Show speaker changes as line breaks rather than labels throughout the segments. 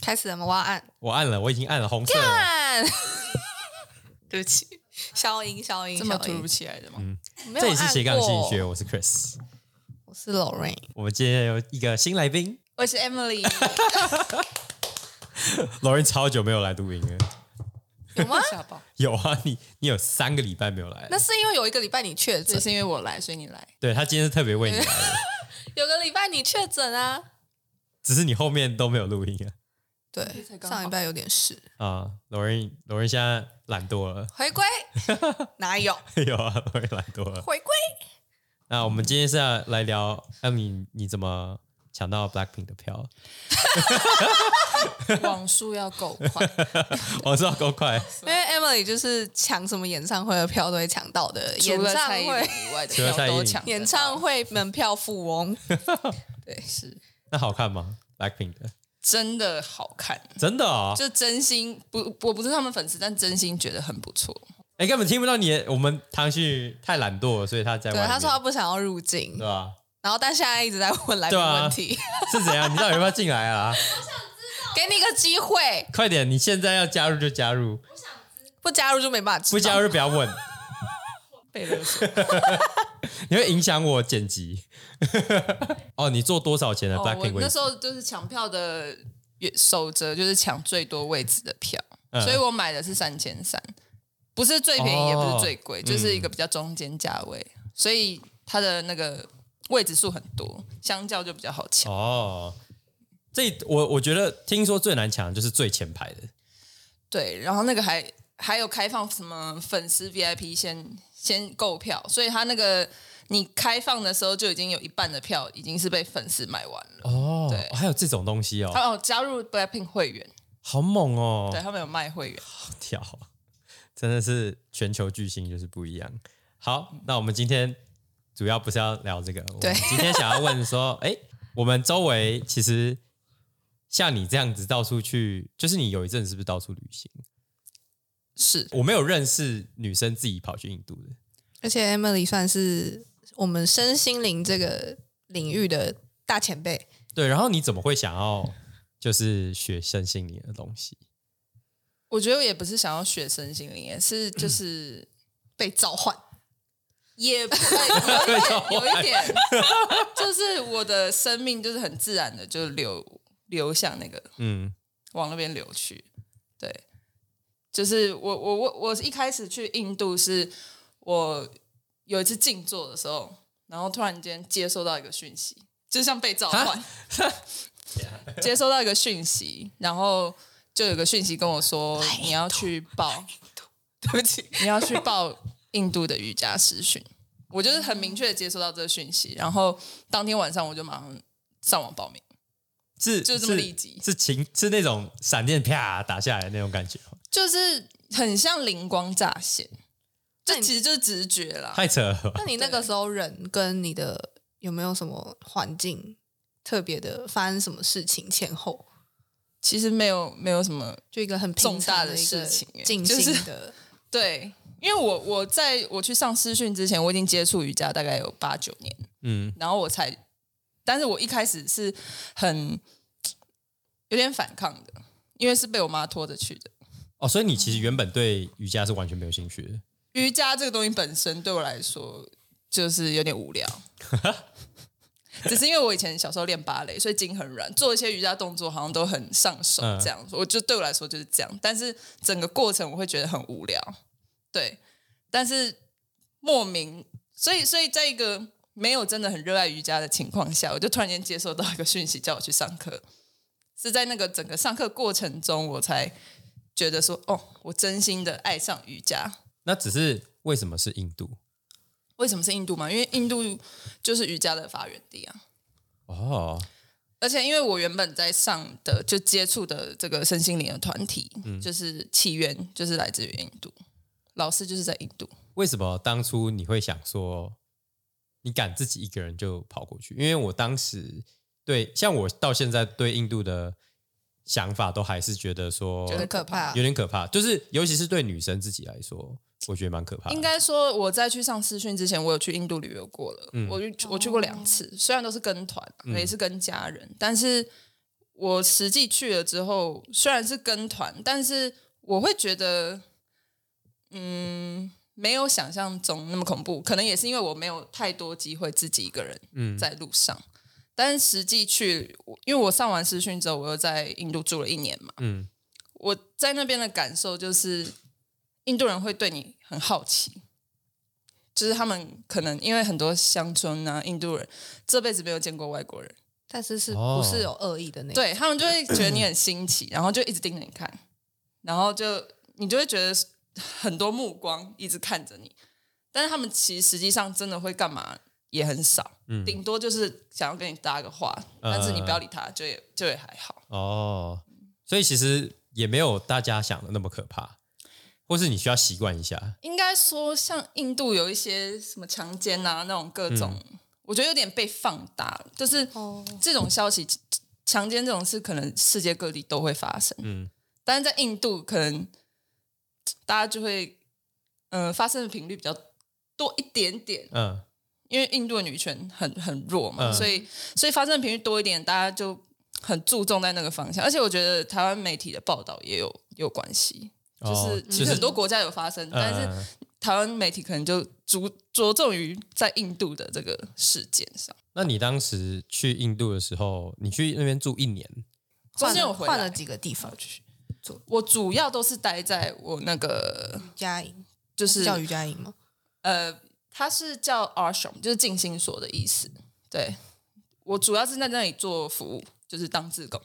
开始了吗？我要按，
我按了，我已经按了红色了。
干！ 对不起，消音消音，
这么
消
突
音
如其来的吗？
没有
这里是斜杠心理
按
学，
过
我是 Chris。
我是 Lorraine。
我们今天有一个新来宾，
我是 Emily，
老人超久没有来录音了。
有吗？
小宝，
有啊，你你有三个礼拜没有来了
那。是因为有一个礼拜你确
这
诊，
是因为我来，所以你来。
对他今天是特别为你 来的，
有个礼拜你确诊啊。
只是你后面都没有录音
对
这才，刚好
上礼拜有点事，
啊。啊，老人老人现在懒惰了，
回归哪有
有啊，老人懒惰了。
回归？
那我们今天是要来聊，艾米，你怎么抢到 Blackpink 的票？
网速要够快，
我知道够快，
因为 Emily 就是抢什么演唱会的票都会抢到的，演
除了
唱
蔡依林
会
以外的
除了
票
蔡依林
都抢得到。
演唱会门票富翁，
是
那好看吗？Blackpink 的
真的好看，
真的哦，
就真心不，我不是他们粉丝，但真心觉得很不错。
哎，根本听不到你的。我们唐旭太懒惰了，所以他在
对
外，面。
他说他不想要入境
对，吧？
然后但现在一直在问来宾
对啊
问题，
是怎样？你到底要不要进来啊？
给你个机会，
快点！你现在要加入就加入，
不加入就没办法知道，
不加入就不要问，
被 勒索，
你会影响我剪辑。 哦，你做多少钱的
哦我
Blackpink 位
那
置？
时候就是抢票的守则，就是抢最多位置的票，
嗯
所以我买的是三千三，不是最便宜，
哦
也不是最贵，就是一个比较中间价位，所以它的那个位置数很多，相较就比较好抢。
哦，这我我觉得听说最难抢的就是最前排的，
对，然后那个还还有开放什么粉丝 VIP 先先购票，所以它那个你开放的时候就已经有一半的票已经是被粉丝买完了。
哦，
对
还有这种东西哦，
他们有加入 Blackpink 会员，
好猛哦
对，他们有卖会员。
跳， 真的是全球巨星就是不一样。好，那我们今天主要不是要聊这个，
对
我们今天想要问说， 哎，我们周围其实像你这样子到处去，就是你有一阵是不是到处旅行？
是，
我没有认识女生自己跑去印度的，
而且 Emily 算是我们身心灵这个领域的大前辈。
对。然后你怎么会想要就是学身心灵的东西？
我觉得也不是想要学身心灵，也是
嗯
就是
被召唤，
也不 哎有一点，有一点， 就是我的生命就是很自然的就流流向那个
嗯，
往那边流去。对，就是我我我我一开始去印度是我有一次静坐的时候，然后突然间接收到一个讯息，就像被召唤，接收到一个讯息，然后就有个讯息跟我说你要去报，对不起，你要去报印度的瑜伽师训。我就是很明确的接收到这个讯息，然后当天晚上我就马上上网报名。
是
就这么立即
是是情是那种闪电啪打下来的那种感觉吗，
就是很像灵光乍现，
那
这
你
其实就是直觉啦。
太扯了吧。
那你那个时候人跟你的有没有什么环境特别的发生什么事情前后，
其实没有没有什么
就一个很平
重大
常
的
一个
事情耶
静
就是
心的，
对，因为我我在我去上师训之前，我已经接触瑜伽大概有八九年，
嗯，
然后我才，但是我一开始是很有点反抗的，因为是被我妈拖着去的。
哦，所以你其实原本对瑜伽是完全没有兴趣的。
瑜伽这个东西本身对我来说就是有点无聊，只是因为我以前小时候练芭蕾，所以筋很软，做一些瑜伽动作好像都很上手，
嗯
这样、我就对我来说就是这样。但是整个过程我会觉得很无聊，对。但是莫名，所以所以在一个没有真的很热爱瑜伽的情况下，我就突然间接收到一个讯息，叫我去上课。是在那个整个上课过程中，我才觉得说，哦，我真心的爱上瑜伽。
那只是为什么是印度？
为什么是印度嘛？因为印度就是瑜伽的发源地啊。
哦，
而且因为我原本在上的就接触的这个身心灵的团体，就是起源就是来自于印度，老师就是在印度。
为什么当初你会想说，你敢自己一个人就跑过去？因为我当时对，像我到现在对印度的想法都还是觉得说
觉得
很可怕
有。点可怕，就是尤其是对女生自己来说，我觉得蛮可怕的。
应该说我在去上私训之前，我有去印度旅游啊
嗯
过了，我去我去过两次，虽然都是跟团，也是跟家人，但是我实际去了之后，虽然是跟团，但是我会觉得，嗯，没有想象中那么恐怖。可能也是因为我没有太多机会自己一个人
嗯，
在路上。但是实际去，我因为我上完师训之后，我又在印度住了一年嘛，
嗯
我在那边的感受就是，印度人会对你很好奇，就是他们可能因为很多乡村啊，印度人这辈子没有见过外国人，
但是是
哦
不是有恶意的那种？
对他们就会觉得你很新奇，然后就一直盯着你看，然后就你就会觉得很多目光一直看着你，但是他们其实实际上真的会干嘛也很少，
嗯，
顶多就是想要跟你搭个话，但是你不要理他，就也就也还好。
哦，所以其实也没有大家想的那么可怕，或是你需要习惯一下，
应该说，像印度有一些什么强奸啊那种各种，我觉得有点被放大，就是
哦，
这种消息，强奸这种事可能世界各地都会发生，
嗯
但是在印度可能大家就会，嗯、发生的频率比较多一点点，
嗯
因为印度的女权很很弱嘛，
嗯
所以所以发生的频率多一点，大家就很注重在那个方向，而且我觉得台湾媒体的报道也有也有关系。就
哦
是
就
其实
是
很多国家有发生，但是
嗯
台湾媒体可能就着着重于在印度的这个事件上，
那你当时去印度的时候，你去那边住一年，
中
换
间有
了
回来
换了几个地方去
我主要都是待在我那个
家营，
就是
叫瑜伽营吗？
呃，它是叫 ashram，就是静心所的意思。对我主要是在那里做服务，就是当志工。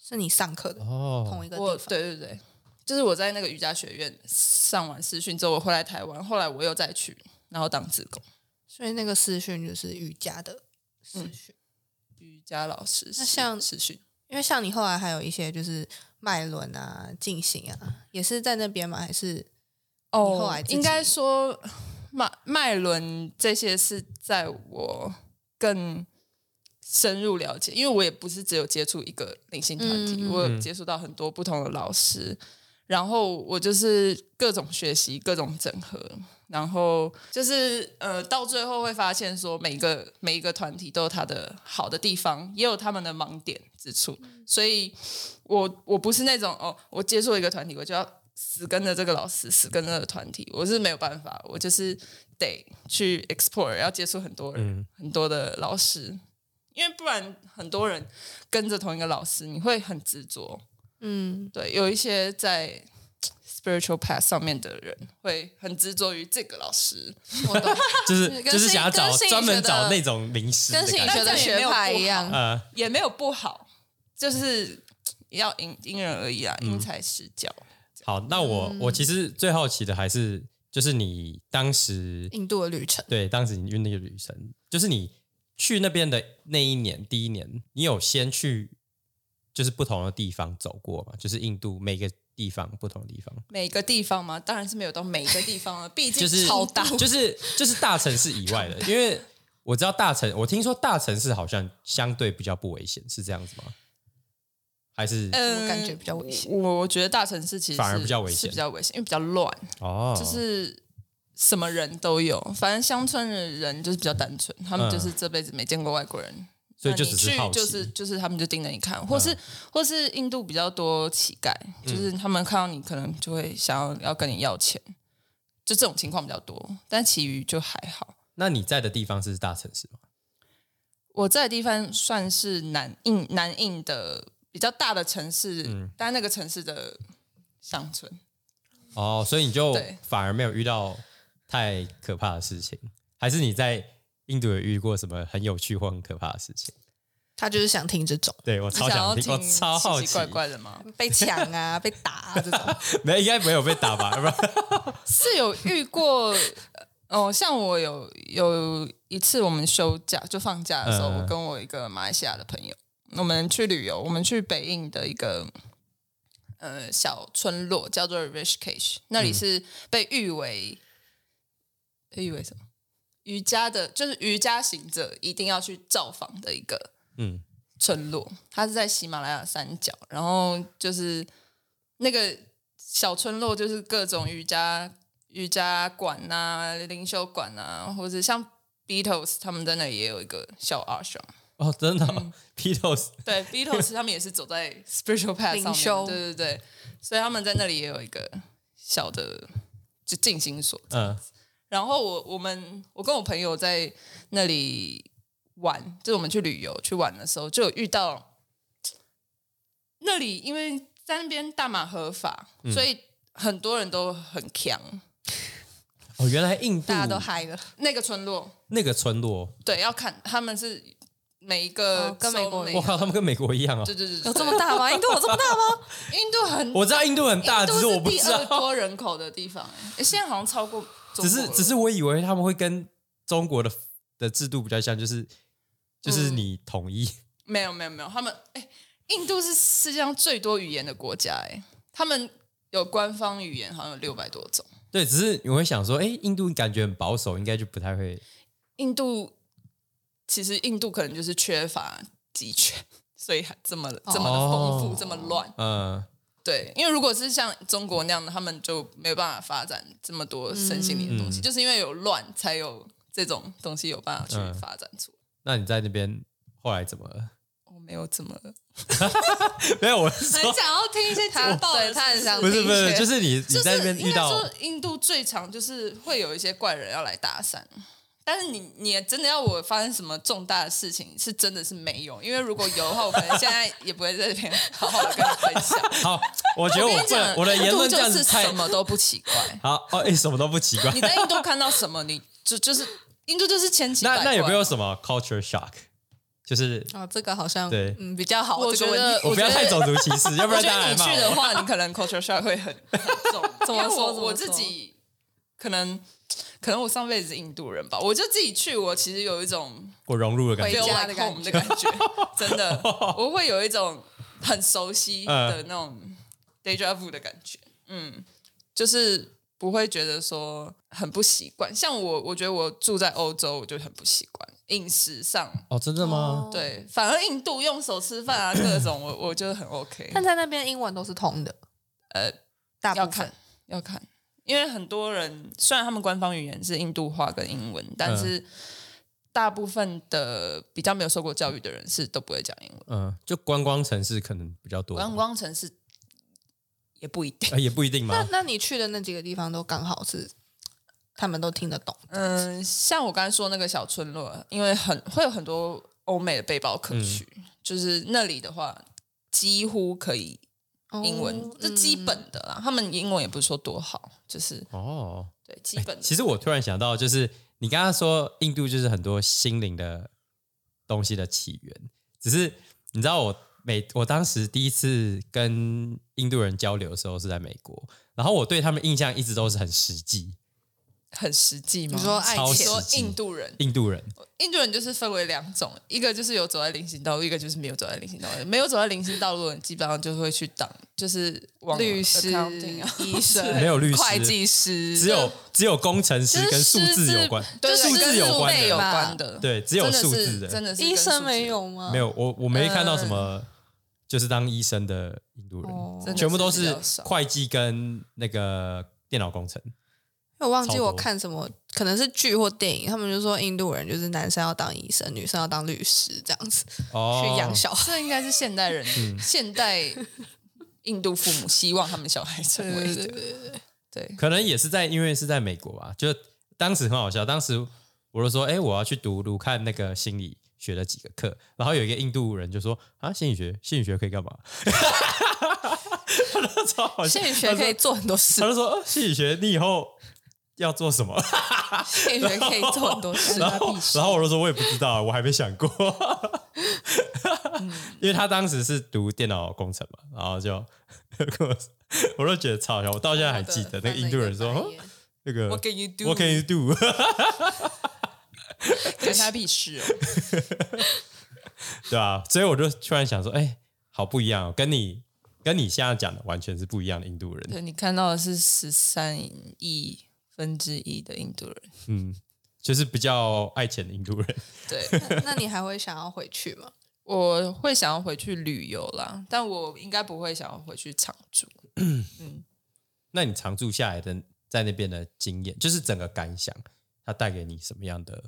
是你上课的
哦
同一个地
我
方？
对对对，就是我在那个瑜伽学院上完师训之后，我回来台湾，后来我又再去，然后当志工，
所以那个私训就是瑜伽的私训，
瑜伽老师是。
那像
师训，
因为像你后来还有一些就是脉轮啊、进行啊，也是在那边吗？还是你后来自己
哦应该说麦麦伦这些是在我更深入了解，因为我也不是只有接触一个灵性团体，
嗯嗯嗯
我有接触到很多不同的老师，然后我就是各种学习、各种整合，然后就是呃，到最后会发现说，每一个每一个团体都有它的好的地方，也有他们的盲点之处，
嗯
所以我我不是那种哦，我接触一个团体，我就要死跟着这个老师，死跟着这个团体，我是没有办法，我就是得去 explore，要接触很多人、
嗯
很多的老师，因为不然很多人跟着同一个老师，你会很执着。
嗯，
对，有一些在 spiritual path 上面的人会很执着于这个老师，
我懂，
就是
跟
就是
心
想要找
跟心理
专
学
门
的
找那种临时的
跟心理
感
学
觉，
的学派一样，
呃，
也没有不好，就是要因因人而异啊，
嗯
因材施教。
好，那我、
嗯
我其实最好奇的还是就是你当时
印度的旅程。
对，当时你去那个旅程，就是你去那边的那一年，第一年，你有先去就是不同的地方走过吗？就是印度每个地方不同的地方，
每个地方嘛，当然是没有到每个 地方了，啊毕竟
就是
超大。
就是就是大城市以外的，因为我知道大城，我听说大城市好像相对比较不危险，是这样子吗？还是、
呃
怎么感觉比较危险
嗯我我觉得大城市其实
反而
是
比较危险
是比较危险，因为比较乱，
哦，
就是什么人都有。反正乡村的人就是比较单纯，他们
嗯
就是这辈子没见过外国人，
所以
那
就
你
只是
去
好奇，嗯
就是就是他们就盯着你看，或是、或是印度比较多乞丐，就是他们看到你可能就会想要要跟你要钱，就这种情况比较多，但其余就还好。
那你在的地方是大城市吗？
我在的地方算是南印南印的比较大的城市，
嗯
但那个城市的乡村，
哦，所以你就
对
反而没有遇到太可怕的事情，还是你在印度有遇过什么很有趣或很可怕的事情？
他就是想听这种
对我
你
超
想要
听，我超好
奇
奇，
奇怪怪的吗？
被抢啊、被打啊 这种。
没应该没有被打 吧？ 不然
是有遇过，哦，像我有有一次我们休假就放假的时候，
嗯
我跟我一个马来西亚的朋友，我们去旅游，我们去北印的一个呃小村落叫做 Rishikesh，那
嗯
里是被誉为、被誉为什么？瑜伽的，就是瑜伽行者一定要去造访的一个
嗯，
村落，它是在喜马拉雅山脚，然后就是那个小村落，就是各种瑜伽瑜伽馆啊呐、灵修馆呐、或者像 Beatles 他们在那里也有一个小 ashram，
哦，真的、
嗯
哦 p i t o s
对，Beatles 他们也是走在 spiritual path 上
灵修
面，对对对，所以他们在那里也有一个小的就静心所。
嗯
然后我我们我跟我朋友在那里玩，就是我们去旅游去玩的时候，就有遇到那里，因为在那边大麻合法，所以很多人都很强，
哦，原来印度
大家都嗨了，
那个村落
那个村落，
对要看他们是每一个、
哦跟美国一
我
样
靠，他们跟美国一样哦
对。对对，对
有这么大吗？印度有这么大 吗？
印度很
我知道印度很大，
印
只
度是
我不
第
知
二
道，
多人口的地方、欸，欸现在好像超过中国
只
了，
是只是我以为他们会跟中国的的制度比较像，就是就是
嗯
你统一，
没有没有没有，他们哎、印度是世界上最多语言的国家哎、他们有官方语言好像有六百多种。
对，只是你会想说，哎，印度感觉很保守，应该就不太会
印度其实印度可能就是缺乏集权，所以还这么这么的丰富，
哦
这么乱。
嗯，
对，因为如果是像中国那样的，他们就没有办法发展这么多身心灵的东西，
嗯
就是因为有乱，才有这种东西有办法去
嗯
发展出来。
那你在那边后来怎么了？
我没有怎么了，
没有，我是
很
说，
想要听一些家暴
对
的，
他很想
不是
听
不是，
见
就是你
哎就
你
是
在那边
应
遇
该
到
说，印度最常就是会有一些怪人要来搭讪，但是你你真的要我发生什么重大的事情，是真的是没有，因为如果有的话，我可能现在也不会在这边好好的跟你分享。
好，我觉得
我
我
跟你
不能
讲，
我的言论
印度
这样
就
子
是
太
什么都不奇怪，
好哦，哎，什么都不奇怪
你。在印度看到什么，你就就是印度就是千奇百
那
怪。
那有没有？什么 culture shock？就是
啊，这个好像
对
嗯比较好。
我
这
觉
个
得
问题
我不要
觉得
太种族歧 视，要不
我
然
觉
大家
得
来
你
骂
去的
我。
话，你可能 culture shock 会很很 重。
怎么
因为
说
我
怎么
我自
说
己可能可能我上辈子是印度人吧，我就自己去，我其实有一种
我融入了感
回
觉，
feel
家的
like
感
home 的感觉， 真的，我会有一种很熟悉的那种
嗯
deja vu 的感觉。嗯，就是不会觉得说很不习惯。像我，我觉得我住在欧洲，我就很不习惯饮食上。
哦，真的吗？
对，反而印度用手吃 饭啊，各种我我觉得很 OK。
但在那边英文都是通的，
呃，
大部
要
分
看要看，因为很多人虽然他们官方语言是印度话跟英文，
嗯
但是大部分的比较没有受过教育的人是都不会讲英文。
嗯，就观光城市可能比较多，
啊
观光城市也不一定。
呃也不一定
那
嘛。
那你去的那几个地方都刚好是他们都听得懂，
嗯，像我刚才说那个小村落，因为很会有很多欧美的背包客
嗯
去，就是那里的话几乎可以英文，
哦
这基本的啦。他们英文也不是说多好，就是
哦，
对基
哎
本的。
其实我突然想到，就是你刚刚说印度就是很多心灵的东西的起源，只是你知道我每我当时第一次跟印度人交流的时候是在美国，然后我对他们印象一直都是很实际，
很实际吗？
你说爱
超
情
实
说
际
印度人，
印度人
印度人就是分为两种，一个就是有走在菱形道路，一个就是没有走在菱形道路。没有走在菱形道路的人，基本上就会去当就是往
律师
accounting 啊、
医生
没 有律师
会计师，
只有只有工程师跟数字有关，
对
就是
数字有关
跟
类
人
有
的，
吧
关的，
对，只有
真的
数
是
字
真的是嗯跟
医生
数字
没有吗？
没有，我我没看到
嗯
什么，就是当医生的印度人，
哦
真的
全部都
是
是
比较少
会计跟那个电脑工程。
我忘记
超多
我看什么，可能是剧或电影，他们就说印度人就是男生要当医生，女生要当律师这样 子、
哦，嗯
去养小孩。
这应该是现代人、现代印度父母希望他们小孩成
对
为
对
的。
对对对，
对，
可能也是在因为是在美国吧，就当时很好笑，当时我就说，哎，我要去读读看那个心理。学了几个课，然后有一个印度人就说：“啊，心理学，心理学可以干嘛？” 他哦超好笑
心理学可以做很多 事
他，就说：“呃心理学，你以后要做什 么？”
心理学可以做很多事。
然后，然后我就说，我也不知道，我还没想过， 因为他当时是读电脑工程嘛，然后就 跟我说，我就觉得超好笑，我到现在还记得那个印度人说，哦那个
What can you do？
What can you do？
干他屁事哦！
对啊，所以我就突然想说，哎，好不一样、哦，跟你跟你现在讲的完全是不一样的印度人，
对你看到的是十三亿分之一的印度人，
嗯，就是比较爱钱的印度人，
对。
那那你还会想要回去吗？
我会想要回去旅游啦，但我应该不会想要回去常住。
那你常住下来的在那边的经验，就是整个感想，它带给你什么样的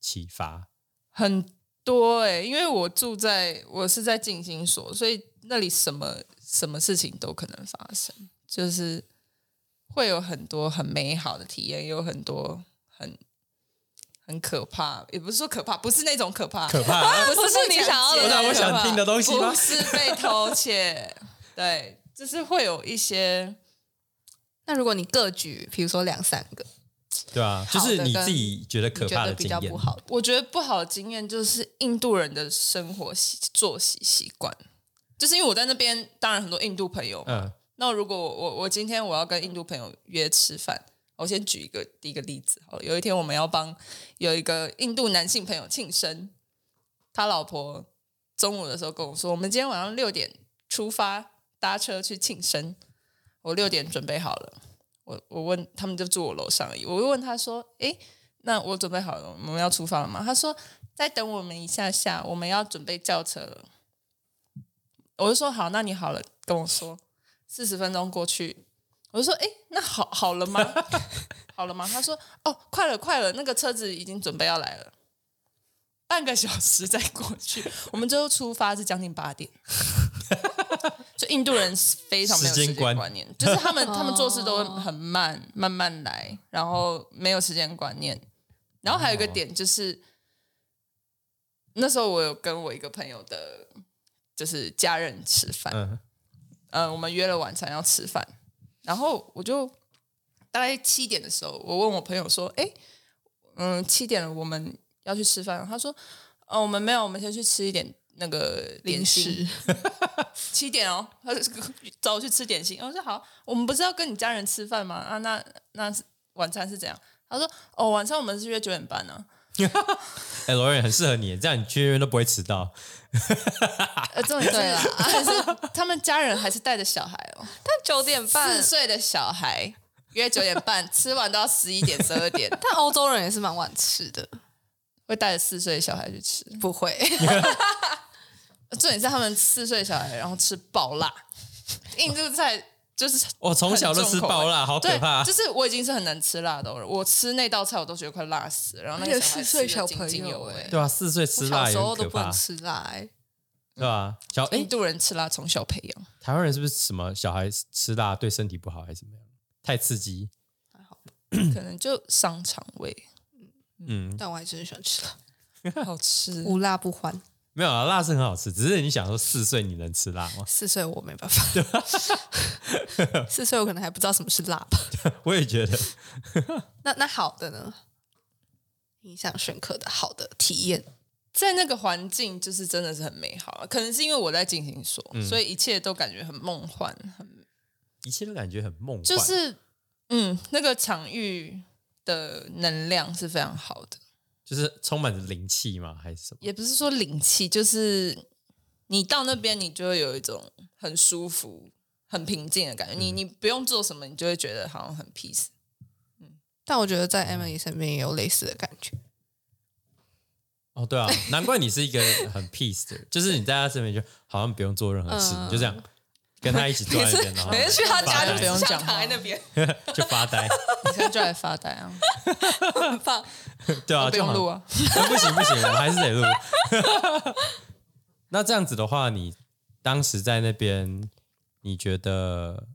启发？
很多哎、因为我住在我是在静心所，所以那里什么什么事情都可能发生，就是会有很多很美好的体验，也有很多很很可怕，也不是说可怕，不是那种可怕，
啊
可怕。啊
不是
不是你想要的
那
那
种
种
我想听的东西吗
不是被偷窃，对，就是会有一些
那如果你各举，比如说两三个，
对啊，就
好的
是你
跟
自己觉得
你
可
觉
怕
得
的
比
经
较
验
不，好的，
我觉得不好的经验就是印度人的生活习作息习惯，就是因为我在那边，当然很多印度朋友。
嗯，
那如果我我我今天我要跟印度朋友约吃饭，我先举一个第一个例子好了。有一天我们要帮有一个印度男性朋友庆生，他老婆中午的时候跟我说，我们今天晚上六点出发，搭车去庆生。我六点准备好了，我我问他们就住我楼上而已，我就问他说，诶，那我准备好了，我们要出发了吗？他说再等我们一下下，我们要准备叫车了。我就说好，那你好了，跟我说。四十分钟过去，我就说诶，那好好了吗？好了吗？他说哦，快了快了，那个车子已经准备要来了。半个小时再过去，我们最后出发是将近八点。就印度人非常没
时
有时
间
间
观
观念，就是他们他们做事都会
哦
很慢，慢慢来，然后没有时间观念。然后还有一个
哦
点就是，那时候我有跟我一个朋友的，就是家人吃饭，
嗯，
呃，我们约了晚餐要吃饭，然后我就大概七点的时候，我问我朋友说：“哎，嗯，七点了，我们要去吃饭。”他说：“哦，我们没有，我们先去吃一点那个点
零
心。
食，
七点哦，他就找我去吃点心。然后我说好，我们不是要跟你家人吃饭吗？啊，那那是晚餐是怎样？他说哦，晚上我们是约九点半呢、
哎，罗瑞很适合你，这样你去那边都不会迟到。
呃，这种 对啦，
啊。可是他们家人还是带着小孩哦，
但 九点半
四，岁的小孩约九点半，吃完都要十一点十 二点，
但欧洲人也是蛮晚吃的，
会带着四岁的小孩去吃。
不会，
重点是他们四岁的小孩，然后吃爆 辣，印度菜就是
我哦从小就吃爆辣，好
对
可，怕
就！是我已经是很能吃辣的人，我吃那道菜我都觉得快辣死了，然后那
而
个
且
小孩
四岁
吃
小
得津津
朋
有
友
味
欸。
对啊，四岁吃
小
辣也
时
很
候都
可
不能
怕，
吃辣、欸，
对吧？小哎
印，度人吃辣从小培养，
台湾人是不是什么小孩吃辣对身体不好还是怎么样？太刺激，
可能就伤肠 胃，
嗯，
但我还是很喜欢吃辣，
好吃。
无辣不欢。
没有啊，辣是很好吃，只是你想说四岁你能吃辣吗？
四岁我没办法，四岁我可能还不知道什么是辣吧。
我也觉得，
那那好的呢？印象深刻的好的体验，
在那个环境就是真的是很美好啊，可能是因为我在进行所，所以一切都感觉很梦幻，很
一切都感觉很梦幻，
就是嗯，那个场域的能量是非常好的。
就是充满着灵气嘛，还是什么？
也不是说灵气，就是你到那边，你就会有一种很舒服、很平静的感觉。你你不用做什么，你就会觉得好像很 peace。
但我觉得在 Emily 身边也有类似的感觉。
哦，对啊，难怪你是一个很 peace 的 人，就是你在他身边就好像不用做任何事，
嗯
你就这样跟他一起坐在 那边，然后
每次去他家
发
就
呆
不用讲话
躺在那 边，
就发呆，
你现在就来发呆啊，
很棒。
对啊，
不
就
用
好
录 啊。
不行不行，我还是得录。 那这样子的话，你当时在那边，你觉得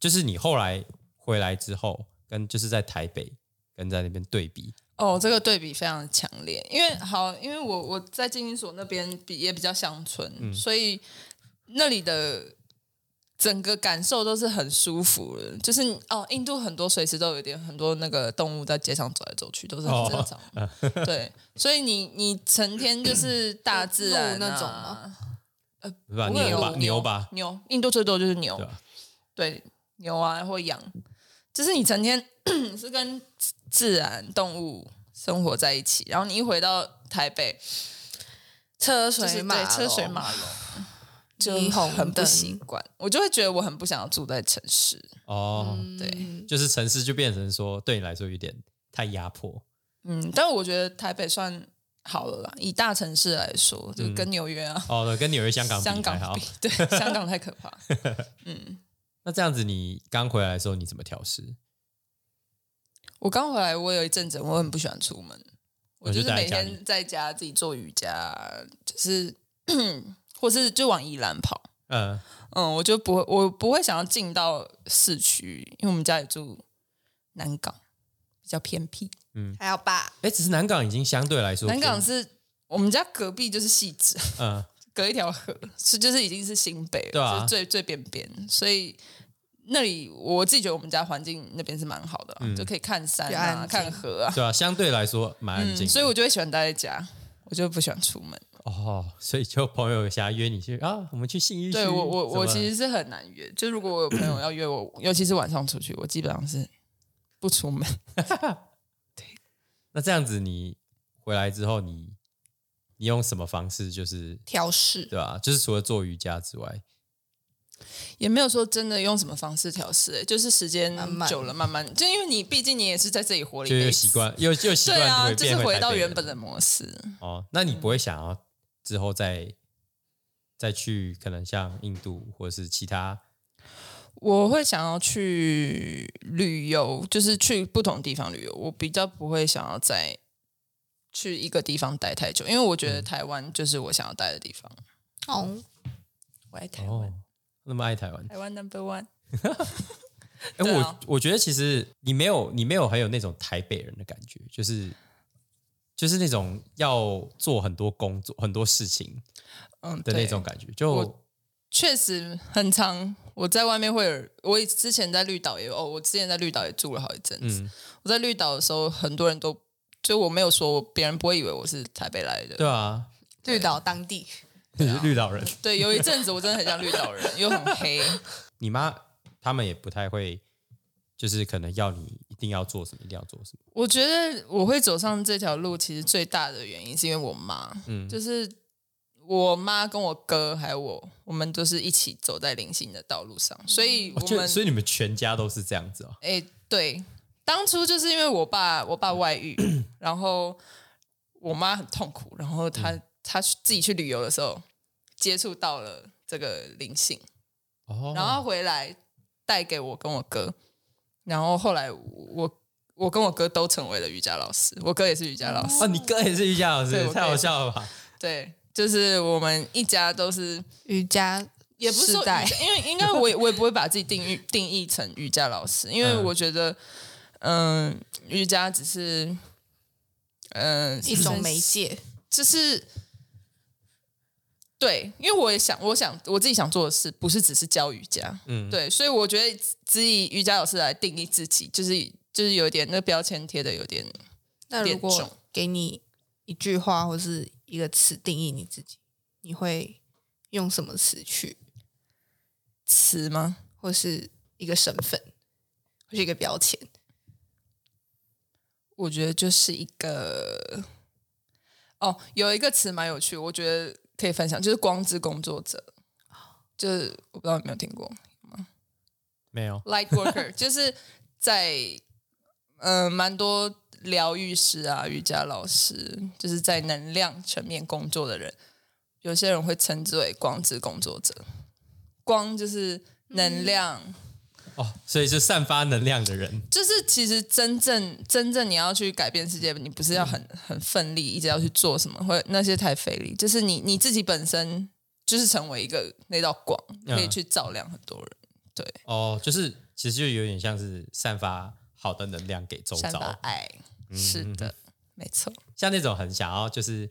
就是你后来回来之后，跟就是在台北跟在那边对比，
哦，这个对比非常的强烈，因为好，因为我我在精英所那边比也比较乡村，所以那里的整个感受都是很舒服的，就是哦，印度很多随时都有点很多那个动物在街上走来走去，都是很正常。对，所以你你成天就是大自然、啊、
鹿那种吗
对吧？
不会
啊牛
有
吧，牛吧，
牛，印度最多就是牛
对，吧？
对，牛啊或羊，就是你成天 是跟自然动物生活在一起，然后你一回到台北，
车
就是
水马
对
龙
车水马龙，就
霓虹
很不
灯
习惯，我就会觉得我很不想要住在城市，
哦，
对，
就是城市就变成说对你来说有点太压迫，
嗯，但我觉得台北算好了啦，以大城市来说，就跟纽约啊、
哦，对跟纽约、香港
香
比还
港
好
比。，对，香港太可怕，
那这样子，你刚回来的时候你怎么调试？
我刚回来，我有一阵子我很不喜欢出门，我就是
就待
每
在家里
天在家自己做瑜伽，就是 或是就往宜兰跑。
嗯，
嗯，我就不会，我不会想要进到市区，因为我们家里住南港，比较偏僻。
还有爸，
哎，只是南港已经相对来说
南港
偏
是我们家隔壁就是汐止，
嗯
隔一条河，是就是已经是新北了，
对啊
就是最最边边，所以那里我自己觉得我们家环境那边是蛮好的
嗯
啦、就可以看山
比较
啊，
安静
看河啊，
对啊，相对来说蛮安静的、
嗯，所以我就会喜欢待在家，我就不喜欢出门。
哦，所以就朋友想要约你去啊，我们去信义区。
对我我我
什么
其实是很难约，就如果我有朋友要 约我，尤其是晚上出去，我基本上是不 出门。
那这样子，你回来之后你，你用什么方式，就是
挑事
对吧、就是除了做瑜伽之外，
也没有说真的用什么方式调试、欸就是时间
慢慢
久了，慢慢就因为你毕竟你也是在这里活了一
就
辈
又
子，
习惯又又习惯
对啊，
回
就
变回
是回
台
到
北
原
人
本的嗯模式。
哦。那你不会想要之后再再去可能像印度或者是其他
我会想要去旅游，就是去不同地方旅游。我比较不会想要再去一个地方待太久，因为我觉
嗯
得台湾就是我想要待的地方。
哦，
我爱台湾，
哦那么爱台湾？
台湾 number one。
哎、
对啊
我我觉得其实你没有你没有很有那种台北人的感觉，就是就是那种要做很多工作很多事情
嗯，
的
对
那种感觉，就
我确实很长。我在外面会有，我也之前在绿岛也有哦，我之前在绿岛也住了好一阵子。
嗯，
我在绿岛的时候，很多人都就我没有说，别人不会以为我是台北来的。
对啊，
绿岛当地
你是 绿岛人，
对，啊有一阵子我真的很像绿岛人，又很 黑。
你妈他们也不太会，就是可能要你一定要做什么，一定要做什么。
我觉得我会走上这条路，其实最大的原因是因为我妈，
嗯
就是我妈跟我哥还有我，我们都是一起走在灵性的道路上，所以
哦
我
就
们，
所以你们全家都是这样子哦。
哎、对，当初就是因为我爸，我爸外遇，然后我妈很痛苦，然后她、她去自己去旅游的时候接触到了这个灵性，
哦，
然后回来带给我跟我哥，然后后来我我跟我哥都成为了瑜伽老师，我哥也是瑜伽老师，
哦，你哥也是瑜伽老
对
师，
我
太好笑了吧？
对，就是我们一家都是，
瑜伽
也不是说
世代
瑜伽 因为应该我也我也不会把自己定义定义成瑜伽老师，因为
嗯
我觉得，嗯、瑜伽只是，嗯、
一种媒介，
就是。对，因为我也想，我想我自己想做的事，不是只是教瑜伽，
嗯，
对，所以我觉得只以瑜伽老师来定义自己，就是就是有点那标签贴的有点，
那如
变种
果给你一句话或是一个词定义你自己，你会用什么词去，
词吗？
或是一个身份，或是一个标 签？
我觉得就是一个哦，有一个词蛮有趣，我觉得可以分享，就是光之工作者，就是我不知道有没有听过
没有
light worker，就是 在嗯、呃蛮多疗愈师啊、瑜伽老师，就是在能量层面工作的人，有些人会称之为光之工作者，光就是能量。
哦，所以是散发能量的人。
就是其实真正真正你要去改变世界，你不是要很很奋力，一直要去做什么，或者那些太费力。就是你你自己本身就是成为一个那道光，
嗯
可以去照亮很多人。
哦，就是其实就有点像是散发好的能量给周
散
遭嗯
发，爱，是的，没错。
像那种很想要就是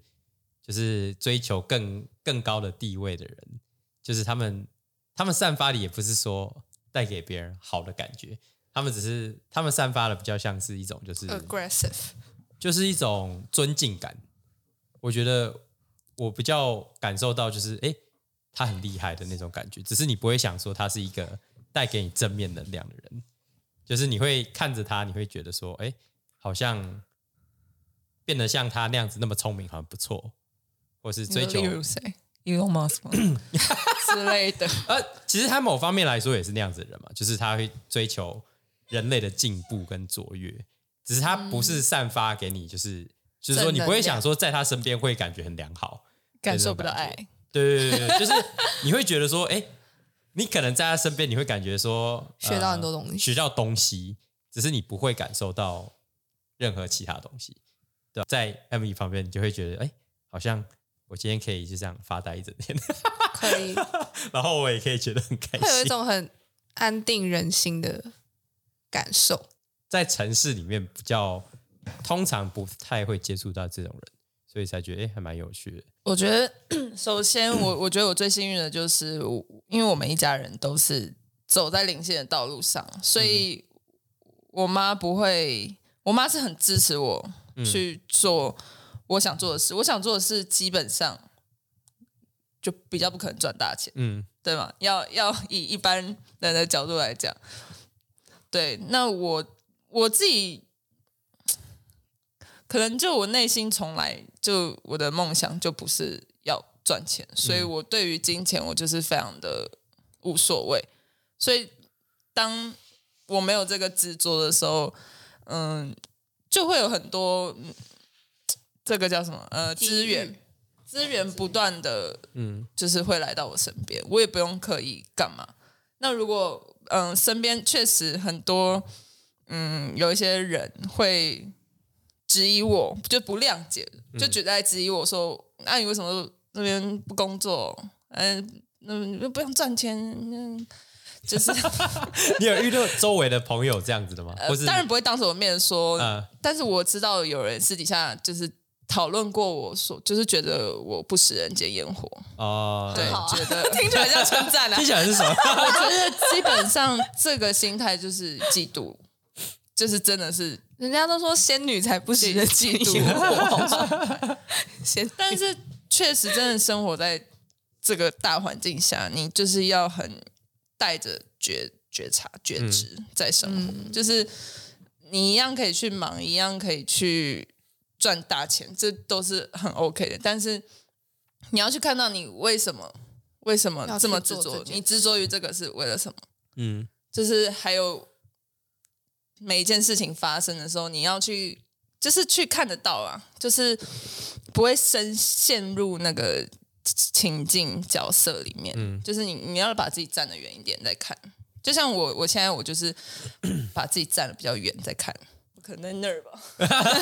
就是追求更更高的地位的人，就是他们他们散发的也不是说带给别人好的感觉，他们只是他们散发的比较像是一种就是、
aggressive，
就是一种尊敬感。我觉得我比较感受到就是诶，他很厉害的那种感觉，只是你不会想说他是一个带给你正面能量的人，就是你会看着他，你会觉得说，诶，好像变得像他那样子那么聪明，好像不错，或是追求
例如谁？Elon Musk 吗 之类 的。
呃，其实他某方面来说也是那样子的人嘛，就是他会追求人类的进步跟卓越，只是他不是散发给你，就是、就是说
正
你不
能
会
量
想说在他身边会感觉很良好，
感受不到
那种
爱，
对 对对对，就是你会觉得说，哎，你可能在他身边，你会感觉说呃
学到很多东西
学到东西，只是你不会感受到任何其他东西。对吧、在 Emily 旁边，你就会觉得，哎，好像我今天可以就这样发呆一整天，
可以
然后我也可以觉得很开
会有一
心。
种很安定人心的感受。
在城市里面比较，通常不太会接触到这种人，所以才觉得哎，还蛮有趣的。
我觉得， 首先我我觉得我最幸运的就是我，因为我们一家人都是走在领先的道路上，所以我妈不会，我妈是很支持我去做我想做的事。我想做的事基本上就比较不可能赚大钱，
嗯
对吗？要要以一般人的角度来讲，对。那我我自己可能就我内心从来就我的梦想就不是要赚钱，所以我对于金钱我就是非常的无所谓。所以当我没有这个执着的时候，嗯，就会有很多嗯这个叫什么呃
机遇
资 源。资源不断的
嗯
就是会来到我身边，我也不用刻意干嘛。那如果嗯，身边确实很多嗯，有一些人会质疑我，就不谅解，
嗯
就觉得在质疑我说，那、你为什么那边不工作？嗯、嗯，又不想赚钱，嗯，就是
你有遇到周围的朋友这样子的吗？或是
呃当然不会当着我面说，
呃
但是我知道有人私底下就是讨论过我说，就是觉得我不食人间烟火，
哦，
对，
好啊
觉 得听起来像称赞啊
听起来是什么？
我觉得基本上这个心态就是嫉妒，就是真的是
人家都说仙女才不食
嫉
人间
嫉
烟火
妒。
仙
但是确实，真的生活在这个大环境下，你就是要很带着觉觉察、觉知在生活，
嗯
就是你一样可以去忙，一样可以去赚大钱，这都是很 OK 的。但是你要去看到你为什么为什么
要
这么
去
执
做
着
这，件
你执着于这个是为了什么？
嗯
就是还有每一件事情发生的时候，你要去就是去看得到啊，就是不会深陷入那个情境角色里面。
嗯
就是你你要把自己站得远一点再看。就像我，我现在我就是 把自己站得比较远再看，我可能在那儿吧。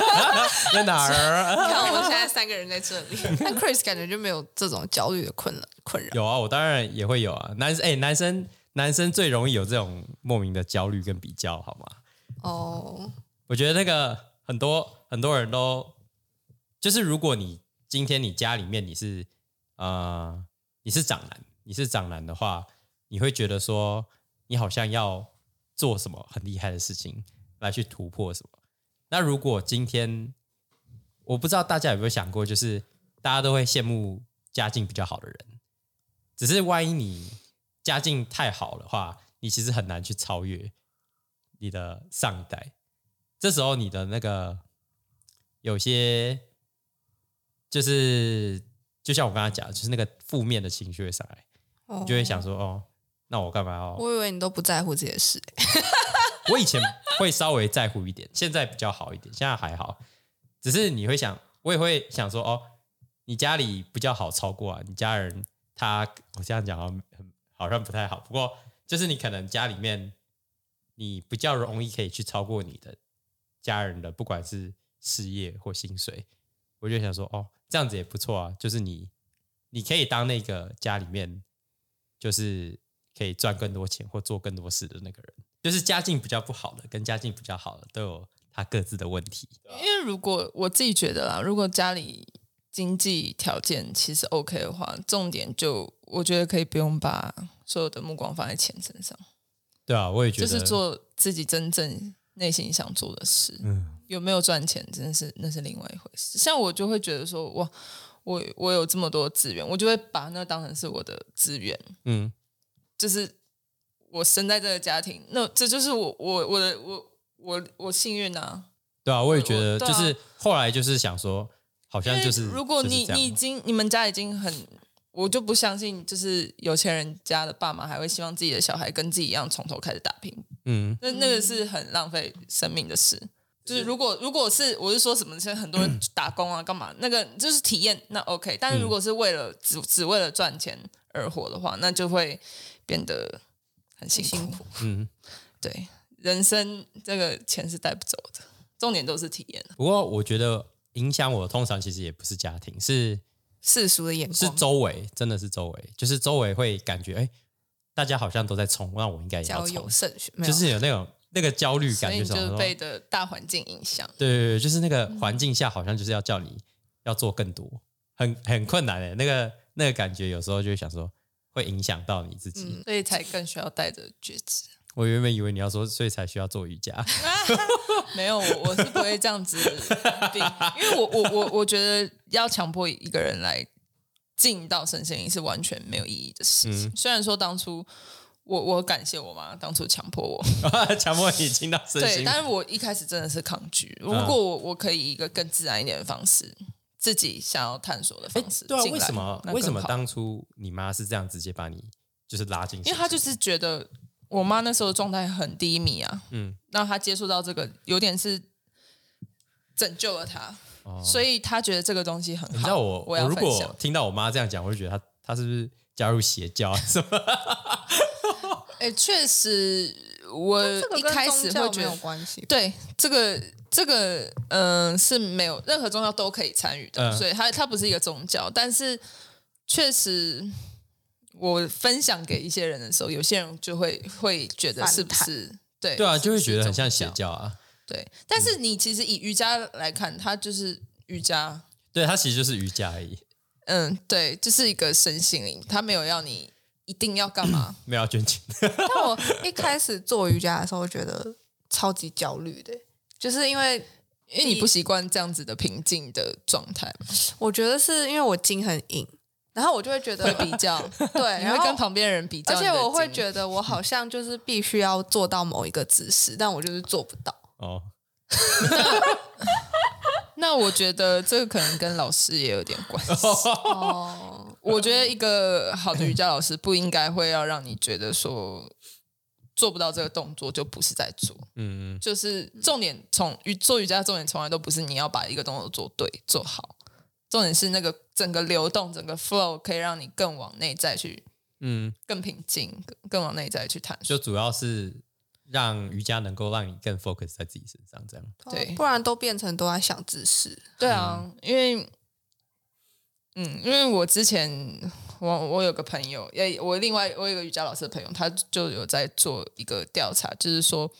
在哪儿？
你看我们现在三个人在这里， 但 Chris 感觉就没有这种焦虑的困扰困扰。
有啊，我当然也会有啊。男生，哎、男生，男生最容易有这种莫名的焦虑跟比较，好吗？
哦，
我觉得那个很多很多人都，就是如果你今天你家里面你是呃你是长男，你是长男的话，你会觉得说你好像要做什么很厉害的事情来去突破什么。那如果今天我不知道大家有没有想过，就是大家都会羡慕家境比较好的人，只是万一你家境太好的话，你其实很难去超越你的上一代。这时候你的那个有些就是，就像我刚刚讲的，就是那个负面的情绪会上来，
哦
你就会想说，哦，那我干嘛要？
我以为你都不在乎这些事。
我以前会稍微在乎一点，现在比较好一点，现在还好。只是你会想，我也会想说，哦，你家里比较好超过啊，你家人他，我这样讲好像好像不太好，不过就是你可能家里面你比较容易可以去超过你的家人的，不管是事业或薪水，我就想说，哦，这样子也不错啊，就是你你可以当那个家里面就是可以赚更多钱或做更多事的那个人。就是家境比较不好的跟家境比较好的都有他各自的问题。
因为如果我自己觉得啦，如果家里经济条件其实 OK 的话，重点就我觉得可以不用把所有的目光放在钱身上，
对啊，我也觉
就
得
是做自己真正内心想做的事。
嗯
有没有赚钱，真的是那是另外一回事。像我就会觉得说，哇，我我有这么多资源，我就会把那当成是我的资源，
嗯
就是我生在这个家庭，那这就是我我我的我我我幸运啊。
对啊，我也觉
我
得
对
就
啊
是后来就是想说，好像就是
因为如果你
就是这样
你已经你们家已经很，我就不相信，就是有钱人家的爸妈还会希望自己的小孩跟自己一样从头开始打拼，
嗯
那那个是很浪费生命的事。就是如果如果是我是说什么，现在很多人打工啊干嘛，那个就是体验那 OK，但是如果是为了、只只为了赚钱而活的话，那就会变得很辛苦。
很辛苦
嗯，
对，人生这个钱是带不走的，重点都是体验。啊
不过我觉得影响我，通常其实也不是家庭，是
世俗的眼
哦
是
光，
周围，真的是周围，就是周围会感觉，哎，大家好像都在冲，那我应该也要
交
冲
友，慎选，没有
就是有那种那个焦虑
所
感，就
以你
是
就是
说
被嗯的大环境影响。
对对对，就是那个环境下，好像就是要叫你要做更多，很很困难的、欸那个那个感觉，有时候就会想说，会影响到你自己。
嗯
所以才更需要带着觉知。
我原本以为你要说，所以才需要做瑜伽。
没有，我我是不会这样子定，因为我我我我觉得要强迫一个人来进到神仙营是完全没有意义的事
嗯
情。虽然说当初我我感谢我妈当初强迫我，
强迫你进到身
对，
心，嗯
但是我一开始真的是抗拒。如果我我可以一个更自然一点的方式，自己想要探索的
哎
方式，
对啊，
进来
为什么
那更
为什么
好
当初你妈是这样直接把你就是拉进？
因为他就，是觉得我妈那时候状态很低迷啊，
嗯
嗯，那她接触到这个有点是拯救了她，
哦
所以她觉得这个东西很好。
你知道我
我
我
要
如
分享
果，听到我妈这样讲，我就觉得她她是不是加入邪教啊什么？
哎，确实我
这个
一
跟
开始
宗
会
教
觉
没有
得，
关系。
对这个这个嗯、呃是没有任何宗教都可以参与的，
嗯
所以它它不是一个宗教，但是确实。我分享给一些人的时候，有些人就会会觉得
反
是不
弹
是对
对啊，
是不
就会
是
觉得很
宗
像邪教啊。
对，但是你其实以瑜伽来看，它就是瑜伽，
对，它其实就是瑜伽而已，。
嗯，对，就是一个身心灵，它没有要你一定要干 嘛
没有要捐钱。
但我一开始做瑜伽的时候，觉得超级焦虑的，就是因为
因为你不习惯这样子的平静的状态嘛，
我觉得是因为我筋很硬，然后我就会觉得
会比较，
对，
你
然
会
后
跟旁边人比较
而
你
且
的经历，
我会觉得我好像就是必须要做到某一个姿势，但我就是做不到。
哦，
那我觉得这个可能跟老师也有点关系。
哦，
我觉得一个好的瑜伽老师不应该会要让你觉得说做不到这个动作就不是在做，
嗯，
就是重点从瑜做瑜伽，重点从来都不是你要把一个动作做对做好，重点是那个整个流动、整个 flow 可以让你更往内在去，
嗯，
更平静，更更往内在去探索。
就主要是让瑜伽能够让你更 focus 在自己身上，这样。
对
不然都变成都在想姿势。
对啊，因为嗯，因为我之前我我有个朋友，也我另外我有一个瑜伽老师的朋友，他就有在做一个调查，就是说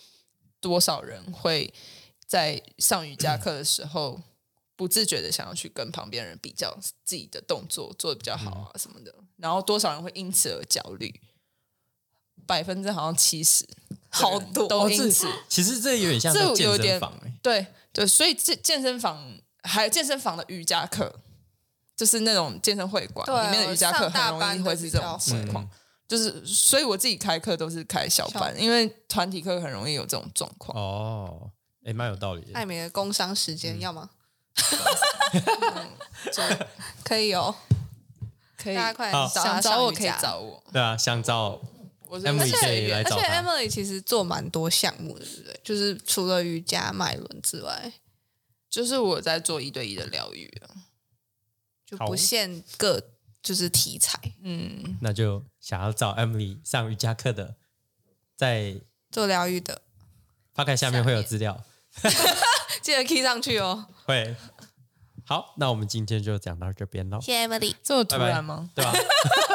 多少人会在上瑜伽课的时候。不自觉的想要去跟旁边人比较自己的动作做的比较好啊什么的，然后多少人会因此而焦虑？百分之好像七十，
好多
都
哦，
因
这
此
其实这有点像
这
在健
有
身
点
房、欸，
对对，所以健健身房还有健身房的瑜伽课，就是那种健身会馆
对
里面的瑜伽课，
上大
很容
班
易
的
会是这种情
嗯
况。就是，所以我自己开课都是开小班，因为团体课很容易有这种状况。
哦，哎、蛮有道理的。
艾美的工伤时
嗯
间，要 吗？嗯
就
可以哦，
可以
大家快
好
点
想
找
找我
我
可以找我，
对啊，香皂
我是
Emily
我是
可以来
而
找
且
他。
Emily 其实做蛮多项目的，对不对？就是除了瑜伽、脉轮之外，
就是我在做一对一的疗愈啊。
就
好
不限各就是题材。
嗯，
那就想要找 Emily 上瑜伽课的，在
做疗愈的，
p o 下面会有资料，
记得 key 上去哦。
会。好，那我们今天就讲到这边喽，
谢谢 Emily，
这么
拜
突
拜
然吗？
对吧、啊